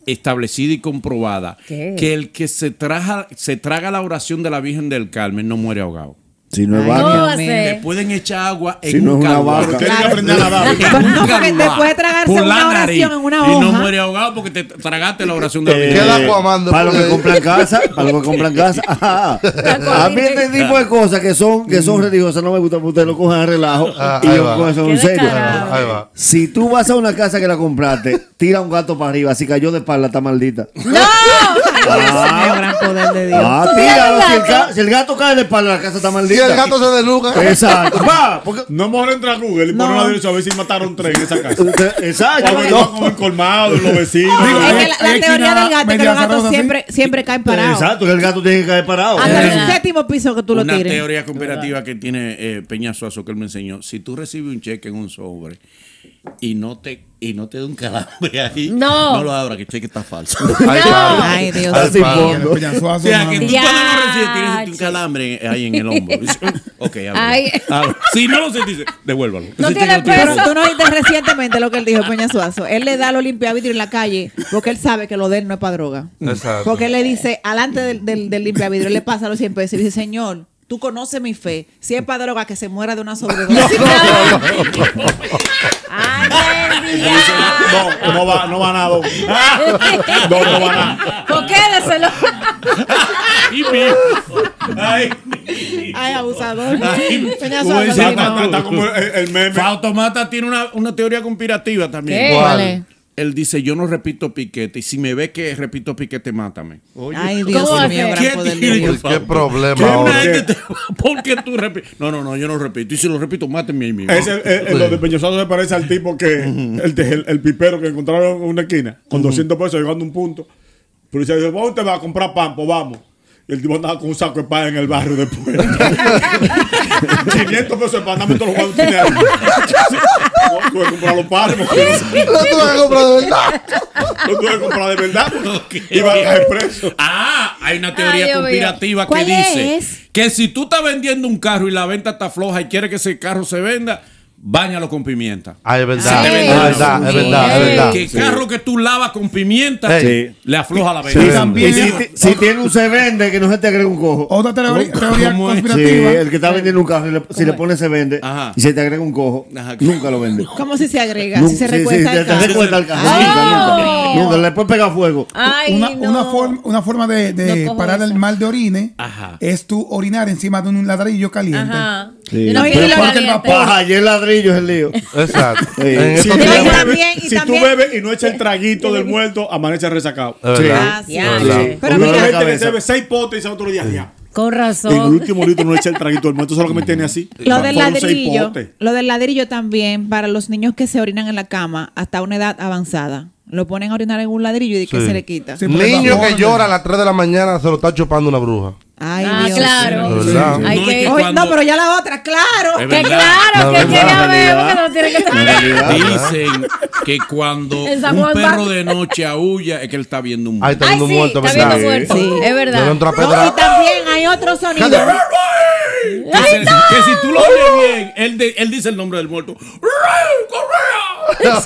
Speaker 3: establecida y comprobada
Speaker 6: ¿Qué?
Speaker 3: que el que se, traja, se traga la oración de la Virgen del Carmen no muere ahogado.
Speaker 2: Si no es
Speaker 5: Ay,
Speaker 6: ¿Cómo
Speaker 2: vaca.
Speaker 5: Dios
Speaker 6: va a
Speaker 5: mío.
Speaker 3: Le
Speaker 6: ser?
Speaker 3: pueden echar agua en
Speaker 2: Si no
Speaker 3: un
Speaker 2: es una
Speaker 3: carruaje.
Speaker 2: vaca.
Speaker 8: Tiene que aprender a nadar.
Speaker 3: En un
Speaker 5: Eh. No, porque te
Speaker 3: carruaje,
Speaker 5: puede tragarse
Speaker 3: por
Speaker 5: una
Speaker 3: la
Speaker 5: oración
Speaker 3: nariz,
Speaker 5: en una
Speaker 3: Y no
Speaker 5: hoja.
Speaker 3: muere ahogado porque te tragaste la oración de la
Speaker 2: Eh,
Speaker 3: Virgen.
Speaker 7: Queda Aquaman
Speaker 2: para los
Speaker 7: después
Speaker 2: que
Speaker 7: de-
Speaker 2: compran casa, para los que compran casa. Ajá. A mí este tipo de cosas que son, que
Speaker 5: Mm.
Speaker 2: son religiosas no me gustan, porque ustedes lo cojan a relajo
Speaker 7: Ah,
Speaker 2: y
Speaker 7: ahí
Speaker 2: yo
Speaker 7: va.
Speaker 2: cojo eso
Speaker 6: Qué
Speaker 2: en serio.
Speaker 6: descarado.
Speaker 7: Ahí va.
Speaker 2: Si tú vas a una casa que la compraste, tira un gato para arriba, si cayó de espalda, está maldita.
Speaker 5: Dios mío,
Speaker 2: Ah,
Speaker 5: gran poder de Dios.
Speaker 2: ah, tíralo, si el, ga- si el gato cae de espalda, la casa está
Speaker 7: Si
Speaker 2: maldita.
Speaker 7: el gato se desnuca.
Speaker 2: Exacto. Va, Ah, porque-
Speaker 8: No mejor entra a Google y
Speaker 5: No.
Speaker 8: poner la dirección a ver si mataron tres en esa casa.
Speaker 2: Usted- Exacto.
Speaker 8: Cuando
Speaker 2: No.
Speaker 8: iban con el colmado, los vecinos.
Speaker 4: Digo,
Speaker 5: Es que la,
Speaker 4: eh,
Speaker 5: la
Speaker 4: eh,
Speaker 5: teoría
Speaker 4: China,
Speaker 5: del gato es que
Speaker 4: media
Speaker 5: los gatos
Speaker 4: zarosa, ¿sí? Eh.
Speaker 5: siempre, siempre caen parados.
Speaker 2: Exacto, que el gato tiene que caer parado.
Speaker 5: Hasta
Speaker 6: verdad.
Speaker 5: el séptimo piso que tú lo
Speaker 3: Una
Speaker 5: tires.
Speaker 3: teoría cooperativa que tiene eh, Peña Suazo que él me enseñó. Si tú recibes un cheque en un sobre y no te y no te da un calambre ahí,
Speaker 6: No.
Speaker 3: lo abras, que el cheque está falso.
Speaker 7: Ahí está.
Speaker 5: Ay, Dios.
Speaker 7: Al
Speaker 2: Sin
Speaker 7: pan.
Speaker 2: fondo.
Speaker 3: O sea, que tú
Speaker 6: Ya,
Speaker 3: cuando lo recibes tienes un
Speaker 6: che.
Speaker 3: calambre ahí en el hombro. Dices, ok, ábrelo.
Speaker 6: Ay.
Speaker 3: Ábrelo. Si no lo sentiste, devuélvalo.
Speaker 6: No
Speaker 3: Si
Speaker 6: tiene
Speaker 3: tiene-
Speaker 5: Pero
Speaker 6: peso.
Speaker 5: tú no oíste recientemente lo que él dijo, Peña Suazo. Él le da los limpiavidrios en la calle porque él sabe que lo de él no es para droga.
Speaker 7: Exacto.
Speaker 5: Porque él le dice, alante del, del, del limpiavidrio, él le pasa los 100 pesos y dice, señor, tú conoces mi fe. Si es para droga, que se muera de una sobredosis.
Speaker 6: Ay,
Speaker 8: Y dice, No, no va, no va nada. don. No, no va nada.
Speaker 6: ¿Por qué déselo?
Speaker 3: Y mi- Ay,
Speaker 5: Ay, abusador.
Speaker 3: Ay,
Speaker 5: Peña
Speaker 3: uy,
Speaker 5: Suazo.
Speaker 3: sí,
Speaker 8: Está,
Speaker 5: sí,
Speaker 3: no.
Speaker 5: no.
Speaker 8: está- está
Speaker 3: eh,
Speaker 8: como el, el meme.
Speaker 3: Fautomata tiene una, una teoría conspirativa también.
Speaker 6: ¿Qué?
Speaker 7: ¿Cuál?
Speaker 5: Vale.
Speaker 3: Él dice, yo no repito piquete. Y si me ve que repito piquete, mátame.
Speaker 5: Ay, Dios
Speaker 6: ¿Cómo
Speaker 5: mío,
Speaker 6: hace?
Speaker 5: gran poder de Dios.
Speaker 7: Qué problema
Speaker 3: Que una
Speaker 7: ahora.
Speaker 3: gente te- ¿Por qué tú repites? No, no, no, yo no repito. Y si lo repito, mátenme ahí mismo.
Speaker 8: Es el, el- el- lo de Peñosazo se parece al tipo que, el, de- el- el pipero que encontraron en una esquina, con 200 pesos llegando a un punto. Pero dice, ¿vos te vas a comprar pan? Pues vamos. Y el tipo andaba con un saco de pan en el barrio después. 500 pesos de pan, dame todos los cuantos tienes ahí. No tuve que comprar los panes, porque
Speaker 7: No te vas a comprar de verdad.
Speaker 8: no tuve que comprar de verdad. porque
Speaker 3: Ok.
Speaker 8: Iba a caer preso.
Speaker 3: Ah, hay una teoría
Speaker 6: Ay, Dios mío.
Speaker 3: conspirativa que
Speaker 5: ¿Cuál
Speaker 3: dice
Speaker 5: es?
Speaker 3: que si tú estás vendiendo un carro y la venta está floja y quieres que ese carro se venda, báñalo con pimienta.
Speaker 7: Ay, es verdad.
Speaker 6: Sí.
Speaker 7: Es verdad, es verdad, es verdad.
Speaker 3: que el carro que tú lavas con pimienta
Speaker 7: Sí.
Speaker 3: le afloja la
Speaker 2: Sí,
Speaker 3: venta.
Speaker 2: y
Speaker 4: también-
Speaker 2: si, ti- si tiene un se vende, que no se te agrega un cojo.
Speaker 4: Otra teoría, teoría
Speaker 3: ¿Cómo es?
Speaker 2: Sí,
Speaker 4: conspirativa.
Speaker 2: el que está vendiendo un carro, y le- si le pone se vende
Speaker 3: Ajá.
Speaker 2: y se te agrega un cojo,
Speaker 3: Ajá.
Speaker 2: nunca lo vende.
Speaker 5: ¿Cómo si se agrega?
Speaker 2: Nun-
Speaker 5: si se
Speaker 2: sí,
Speaker 5: recuesta
Speaker 2: sí,
Speaker 5: el
Speaker 2: te- te
Speaker 5: carro.
Speaker 2: recuerda el carro.
Speaker 6: Ay,
Speaker 2: Nunca,
Speaker 6: Dios.
Speaker 2: nunca, nunca. Le puede pegar fuego.
Speaker 6: Ay,
Speaker 4: una,
Speaker 6: no.
Speaker 4: una forma, una forma de, de
Speaker 6: No cojo
Speaker 4: parar
Speaker 6: eso.
Speaker 4: el mal de orine
Speaker 3: Ajá.
Speaker 4: es tú orinar encima de un ladrillo caliente.
Speaker 6: Ajá.
Speaker 2: Sí.
Speaker 5: Pero
Speaker 6: No, y lo
Speaker 4: porque el
Speaker 6: caliente.
Speaker 4: vapor-
Speaker 2: Paja, y el ladrillo es el lío.
Speaker 7: Exacto.
Speaker 2: Sí.
Speaker 7: En
Speaker 8: Si,
Speaker 7: estos
Speaker 8: tú
Speaker 5: Ay,
Speaker 7: tiempos.
Speaker 5: también, y
Speaker 8: bebes, si tú
Speaker 5: también-
Speaker 8: bebes y no echas el traguito del muerto, amanece resacado.
Speaker 7: Es verdad.
Speaker 5: Sí.
Speaker 7: Es
Speaker 6: Ah,
Speaker 7: verdad.
Speaker 6: sí.
Speaker 2: Pero
Speaker 8: Pero
Speaker 2: mira-
Speaker 8: la gente que
Speaker 2: cabeza.
Speaker 8: se bebe seis potes y se va otro día. ya.
Speaker 6: Con
Speaker 8: En el
Speaker 6: razón.
Speaker 8: último litro no eché el traguito del muerto, solo que me tiene así.
Speaker 5: Lo del
Speaker 8: Fueron seis
Speaker 5: ladrillo,
Speaker 8: potes.
Speaker 5: lo del ladrillo también para los niños que se orinan en la cama hasta una edad avanzada. Lo ponen a orinar en un ladrillo y de que
Speaker 7: Sí.
Speaker 5: se le quita.
Speaker 4: Sí, por el
Speaker 7: Niño
Speaker 4: vapor,
Speaker 7: que llora a las 3 de la mañana se lo está chupando una bruja.
Speaker 5: Ay,
Speaker 6: Ah,
Speaker 5: Dios.
Speaker 6: claro.
Speaker 7: Es verdad.
Speaker 6: Hay
Speaker 3: No, y
Speaker 6: que.
Speaker 3: que
Speaker 5: Oye,
Speaker 3: cuando-
Speaker 5: no, pero ya la otra, claro.
Speaker 3: Es
Speaker 6: Que
Speaker 3: verdad.
Speaker 6: claro,
Speaker 7: La
Speaker 6: que tiene
Speaker 7: verdad.
Speaker 6: a ver, porque no tiene que estar.
Speaker 3: Dicen que cuando
Speaker 6: El San Juan
Speaker 3: un perro
Speaker 6: va-
Speaker 3: de noche aúlla es que él está viendo un
Speaker 7: Ahí está
Speaker 6: Ay,
Speaker 7: viendo
Speaker 6: sí,
Speaker 7: muerto,
Speaker 6: está viendo
Speaker 7: ¿verdad?
Speaker 6: muerto. Es
Speaker 7: Yo
Speaker 6: verdad.
Speaker 7: entro a
Speaker 5: No, y
Speaker 7: pedra.
Speaker 5: también hay otro sonido.
Speaker 3: Que, se- que si tú lo oyes bien, él, de- él dice el nombre del muerto. ¡Ray Correa!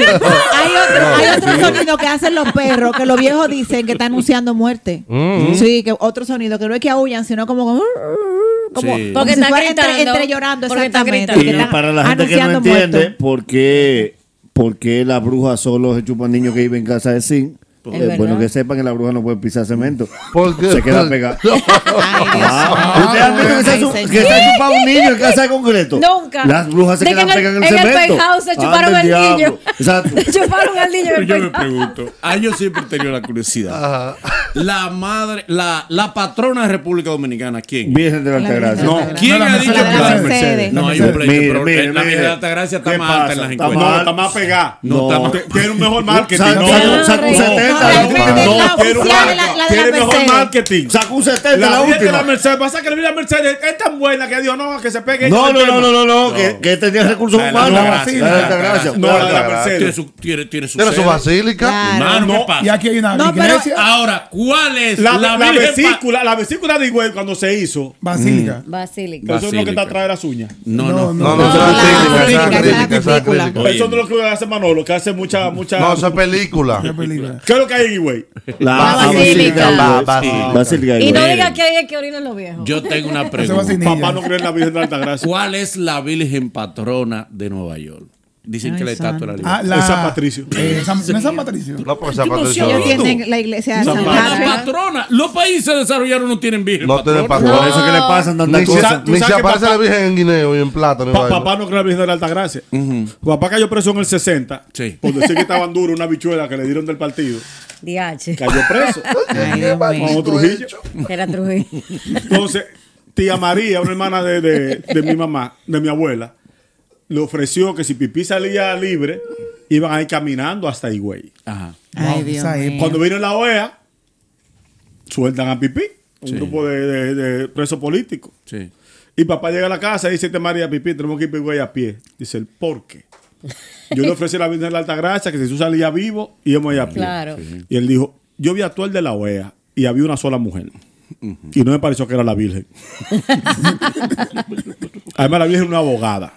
Speaker 5: Hay otro, hay otro sonido que hacen los perros que los viejos dicen que está anunciando muerte.
Speaker 2: Mm.
Speaker 5: Sí, que otro sonido que no es que aullan, sino como. como
Speaker 3: Sí.
Speaker 5: como
Speaker 6: Porque
Speaker 5: si
Speaker 6: está
Speaker 5: fuera entre-
Speaker 6: gritando.
Speaker 5: Entre, llorando,
Speaker 6: Porque está
Speaker 5: exactamente.
Speaker 6: gritando.
Speaker 5: que
Speaker 2: Y
Speaker 5: está
Speaker 2: para la gente que no
Speaker 5: anunciando
Speaker 2: entiende
Speaker 5: muerto.
Speaker 2: por qué, por qué las brujas solo se chupan niños que viven en casa de zinc.
Speaker 3: cierto.
Speaker 6: Es verdad.
Speaker 2: bueno que sepan que la bruja no puede pisar cemento.
Speaker 7: ¿Por qué?
Speaker 2: Se queda pegada.
Speaker 5: Ay, Dios.
Speaker 2: Ah, ¿Ustedes han visto que se
Speaker 5: Ay,
Speaker 2: su-
Speaker 5: señor.
Speaker 2: que se ha chupado un niño en casa de concreto?
Speaker 6: Nunca.
Speaker 2: Las brujas se
Speaker 6: De que
Speaker 2: quedan
Speaker 6: en el-
Speaker 2: pegadas en el
Speaker 6: en el
Speaker 2: cemento.
Speaker 6: penthouse se chuparon
Speaker 2: Anda el
Speaker 6: al niño.
Speaker 2: diablo. Exacto.
Speaker 6: Chuparon al niño. en el
Speaker 3: Yo me
Speaker 6: pecho.
Speaker 3: pregunto. Ah, yo siempre he tenido la curiosidad. La madre, la, la patrona de República Dominicana, ¿quién?
Speaker 2: Virgen de la Altagracia.
Speaker 3: No,
Speaker 5: La
Speaker 3: ¿quién
Speaker 4: de la
Speaker 3: ha dicho
Speaker 4: Mercedes,
Speaker 3: que
Speaker 4: la
Speaker 3: la
Speaker 4: de la
Speaker 5: Mercedes.
Speaker 3: No,
Speaker 4: La
Speaker 3: hay un
Speaker 4: Mercedes.
Speaker 3: pleito,
Speaker 2: Mire,
Speaker 3: pero
Speaker 2: mire,
Speaker 3: la Virgen
Speaker 2: mire.
Speaker 3: de Altagracia está
Speaker 2: ¿Qué
Speaker 3: más alta
Speaker 2: pasa?
Speaker 3: en las
Speaker 2: Está
Speaker 3: encuestas.
Speaker 8: No, está más pegada.
Speaker 3: No, está más-
Speaker 8: Te- Tiene un mejor marketing.
Speaker 2: Saca-
Speaker 8: No,
Speaker 2: saca-
Speaker 8: no,
Speaker 2: saca un
Speaker 6: no,
Speaker 2: 70.
Speaker 5: no,
Speaker 2: la
Speaker 5: no,
Speaker 2: última.
Speaker 5: la
Speaker 8: tiene un
Speaker 5: oficial,
Speaker 8: marketing.
Speaker 5: la- la de
Speaker 8: Tiene mejor
Speaker 5: Mercedes.
Speaker 8: marketing.
Speaker 2: Saca un 70
Speaker 8: La
Speaker 2: la
Speaker 8: Virgen de la
Speaker 2: última.
Speaker 8: Mercedes, pasa que la Virgen de la Mercedes es tan buena que Dios no, que se pegue.
Speaker 2: No,
Speaker 8: el
Speaker 2: no, no,
Speaker 8: tema.
Speaker 2: no, no, no, que, que tenía recursos
Speaker 3: La de la
Speaker 2: humanos. La
Speaker 3: Altagracia,
Speaker 2: de
Speaker 3: la
Speaker 2: la
Speaker 3: de
Speaker 2: Altagracia.
Speaker 8: No, la de la
Speaker 3: Ah, Tiene
Speaker 8: Mercedes.
Speaker 3: su, tiene, tiene su
Speaker 7: Tiene su
Speaker 3: sede.
Speaker 7: basílica.
Speaker 5: Claro.
Speaker 3: Hermano, ¿qué
Speaker 8: No,
Speaker 3: pasa?
Speaker 4: Y aquí hay una
Speaker 5: No, pero-
Speaker 4: iglesia
Speaker 3: Ahora, ¿cuál es
Speaker 8: La,
Speaker 3: la,
Speaker 8: la,
Speaker 3: Virgen pa-
Speaker 8: vesícula, la vesícula de Higüey cuando se hizo,
Speaker 4: basílica.
Speaker 6: Basílica.
Speaker 8: eso es lo que
Speaker 3: Basílica.
Speaker 8: está atrás de las uñas.
Speaker 3: No, no.
Speaker 4: No,
Speaker 7: No,
Speaker 4: no.
Speaker 7: no, esa
Speaker 5: No,
Speaker 7: es
Speaker 5: la
Speaker 7: crítica, esa es
Speaker 5: película, esa es
Speaker 7: crítica, esa es
Speaker 5: película.
Speaker 7: crítica.
Speaker 3: Oye.
Speaker 8: Eso no es lo que hace Manolo, que hace mucha, mucha.
Speaker 7: No, esa es película.
Speaker 4: Qué película.
Speaker 8: ¿Qué es lo que hay en Higüey?
Speaker 2: La
Speaker 6: basílica.
Speaker 7: La basílica.
Speaker 2: Basílica.
Speaker 6: Y no
Speaker 3: Miren.
Speaker 6: diga que hay que orinar los viejos.
Speaker 3: Yo tengo una
Speaker 4: Eso va sin
Speaker 3: pregunta.
Speaker 8: Papá no
Speaker 4: niña.
Speaker 8: cree en la Virgen de Altagracia.
Speaker 3: ¿Cuál es la Virgen patrona de Nueva York? Dicen
Speaker 5: Ay,
Speaker 3: que la estatua de la
Speaker 5: santo.
Speaker 3: libertad.
Speaker 4: Ah, la-
Speaker 8: Es San Patricio.
Speaker 4: Eh, San- no es San Patricio.
Speaker 7: No, pues esa
Speaker 3: Yo no
Speaker 7: Patricia
Speaker 3: sé,
Speaker 7: no.
Speaker 5: Ellos tienen la iglesia de
Speaker 3: No,
Speaker 5: San
Speaker 3: la
Speaker 5: Patrick.
Speaker 3: patrona. Los países desarrollados no tienen virgen.
Speaker 7: No tiene
Speaker 3: patrona.
Speaker 2: Por
Speaker 7: patrón.
Speaker 2: eso que le pasan tantas
Speaker 7: Ni se,
Speaker 2: cosas.
Speaker 8: tú
Speaker 7: ni
Speaker 8: sabes
Speaker 7: se
Speaker 8: que
Speaker 7: aparece
Speaker 8: papá-
Speaker 7: la Virgen en Guineo y en plátano. y
Speaker 8: Pa-
Speaker 7: vaina.
Speaker 8: papá no cree en la Virgen de la Altagracia. Papá cayó preso en el 60
Speaker 3: Sí.
Speaker 8: por decir que estaban duros una bichuela que le dieron del partido.
Speaker 6: DH.
Speaker 8: Cayó preso.
Speaker 5: Ay, Dios mío.
Speaker 8: Vamos Trujillo.
Speaker 6: Era Trujillo.
Speaker 8: Entonces, tía María, una hermana de, de- de mi mamá, de mi abuela, le ofreció que si Pipí salía libre, iban a ir caminando hasta Higüey.
Speaker 3: Ajá.
Speaker 5: Ay, Dios
Speaker 4: Esa
Speaker 5: mío.
Speaker 8: Cuando vino la OEA, sueltan a Pipí, un grupo de, de- de presos políticos.
Speaker 3: Sí.
Speaker 8: Y papá llega a la casa y dice, te María Pipí, tenemos que ir a Higüey a pie. Dice, él, ¿por qué? Yo le ofrecí a la Virgen de la Alta Gracia que si tú salías vivo, íbamos a ir a pie.
Speaker 6: Claro.
Speaker 8: Y él dijo, yo vi actuar de la OEA y había una sola mujer. Y no me pareció que era la Virgen. Además, la Virgen es una abogada.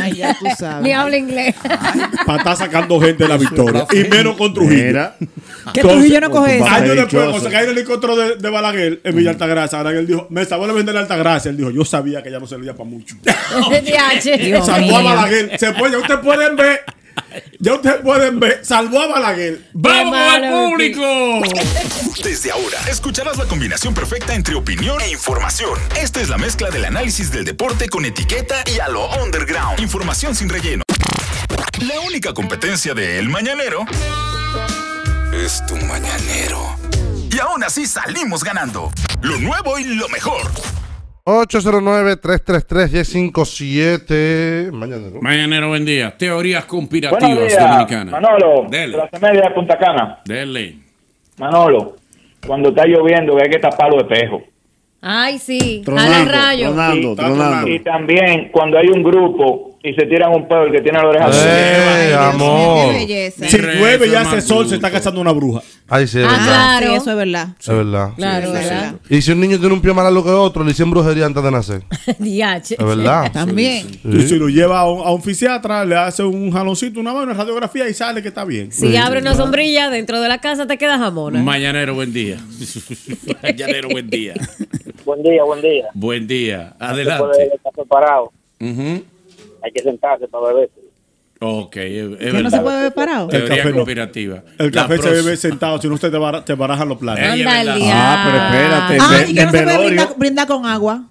Speaker 5: Ay, ya tú
Speaker 6: Ni
Speaker 5: sabes.
Speaker 6: habla inglés.
Speaker 8: Para estar sacando gente de la victoria. Y menos con Trujillo.
Speaker 2: Mira,
Speaker 5: Que
Speaker 8: Entonces,
Speaker 5: Trujillo no coge eso.
Speaker 2: papá.
Speaker 8: Años después,
Speaker 2: Dichoso.
Speaker 8: cuando se cayó el helicóptero de, de Balaguer en Villa Altagracia, Balaguer dijo, me salvó la Virgen de la Altagracia. Él dijo, yo sabía que ya no servía para mucho.
Speaker 6: DH.
Speaker 8: Salvó a Balaguer. Se fue, ya ustedes pueden ver. Ya ustedes pueden ver. Salvó a Balaguer.
Speaker 3: ¡Vamos al
Speaker 6: malo,
Speaker 3: público!
Speaker 1: Desde ahora, escucharás la combinación perfecta entre opinión e información. Esta es la mezcla del análisis del deporte con etiqueta y a lo underground. Información sin relleno. La única competencia de El Mañanero es tu mañanero. Y aún así salimos ganando. Lo nuevo y lo mejor.
Speaker 7: 809-333-1057. Mañana. ¿no?
Speaker 3: Mañanero, buen día. Teorías
Speaker 10: Buenos
Speaker 3: conspirativas
Speaker 10: días,
Speaker 3: dominicanas.
Speaker 10: Manolo.
Speaker 3: Dele,
Speaker 10: Trasmedia de Punta Cana.
Speaker 3: dele.
Speaker 10: Manolo, cuando está lloviendo hay que tapar los espejos.
Speaker 6: Ay, sí. A
Speaker 2: tronando,
Speaker 6: los rayos.
Speaker 2: tronando,
Speaker 8: Sí,
Speaker 2: tronando.
Speaker 10: Y también cuando hay un grupo y se tiran un pedo el que tiene la oreja.
Speaker 7: Eh.
Speaker 5: Ay, Dios mío,
Speaker 7: amor.
Speaker 5: Qué belleza.
Speaker 8: Si
Speaker 3: Mira,
Speaker 8: llueve
Speaker 3: eso
Speaker 8: y
Speaker 3: es
Speaker 8: hace
Speaker 3: más
Speaker 8: sol, se
Speaker 3: bruto.
Speaker 8: está casando una bruja.
Speaker 7: Ahí sí, es
Speaker 6: Ah,
Speaker 7: verdad.
Speaker 5: Sí,
Speaker 6: Claro.
Speaker 5: eso es verdad.
Speaker 7: Es verdad.
Speaker 6: Claro,
Speaker 5: Sí, sí,
Speaker 6: ¿verdad?
Speaker 7: Y si un niño tiene un pie más largo que otro, le hicieron brujería antes de nacer.
Speaker 6: DH.
Speaker 7: Es verdad.
Speaker 5: También.
Speaker 8: Y si lo lleva a un, a un fisiatra, le hace un jaloncito, una mano, una radiografía y sale que está bien.
Speaker 6: Si abre una sombrilla dentro de la casa, te queda jamona.
Speaker 3: Mañanero, buen día. Mañanero, buen día.
Speaker 10: Buen día, buen día.
Speaker 3: Buen día.
Speaker 10: Después de
Speaker 3: Adelante.
Speaker 10: estar preparado,
Speaker 3: Ujú.
Speaker 10: hay que sentarse para beber.
Speaker 3: Ok, es, es
Speaker 5: Que no se
Speaker 3: verdad.
Speaker 5: puede ver parado.
Speaker 8: El
Speaker 3: Teoría
Speaker 8: café no.
Speaker 3: conspirativa.
Speaker 8: El
Speaker 3: La
Speaker 8: café se
Speaker 3: pros-
Speaker 8: bebe sentado, si no usted te, bara- te barajan los planes.
Speaker 3: Ey, es
Speaker 6: Anda
Speaker 3: verdad.
Speaker 6: el
Speaker 2: Ah, pero espérate.
Speaker 5: Ah,
Speaker 2: en-
Speaker 5: y que
Speaker 2: en
Speaker 5: no se puede
Speaker 2: velorio.
Speaker 5: brindar, brindar con agua.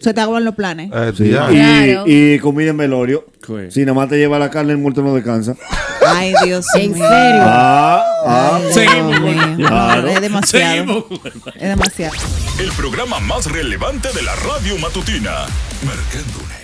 Speaker 5: Se te acaban los planes.
Speaker 6: Ah.
Speaker 7: Eh,
Speaker 2: Sí,
Speaker 7: tía.
Speaker 6: Claro.
Speaker 2: y, y comida en velorio.
Speaker 3: Sí.
Speaker 2: Si nada más te lleva la carne, el muerto no descansa.
Speaker 5: Ay, Dios
Speaker 6: ¿En
Speaker 5: mío.
Speaker 6: serio?
Speaker 2: Ah, ah.
Speaker 5: Ay,
Speaker 3: Seguimos,
Speaker 5: Dios
Speaker 3: güey.
Speaker 5: mío.
Speaker 2: Claro.
Speaker 5: Es demasiado.
Speaker 3: Seguimos.
Speaker 5: Es demasiado.
Speaker 1: El programa más relevante de la radio matutina. Marcándole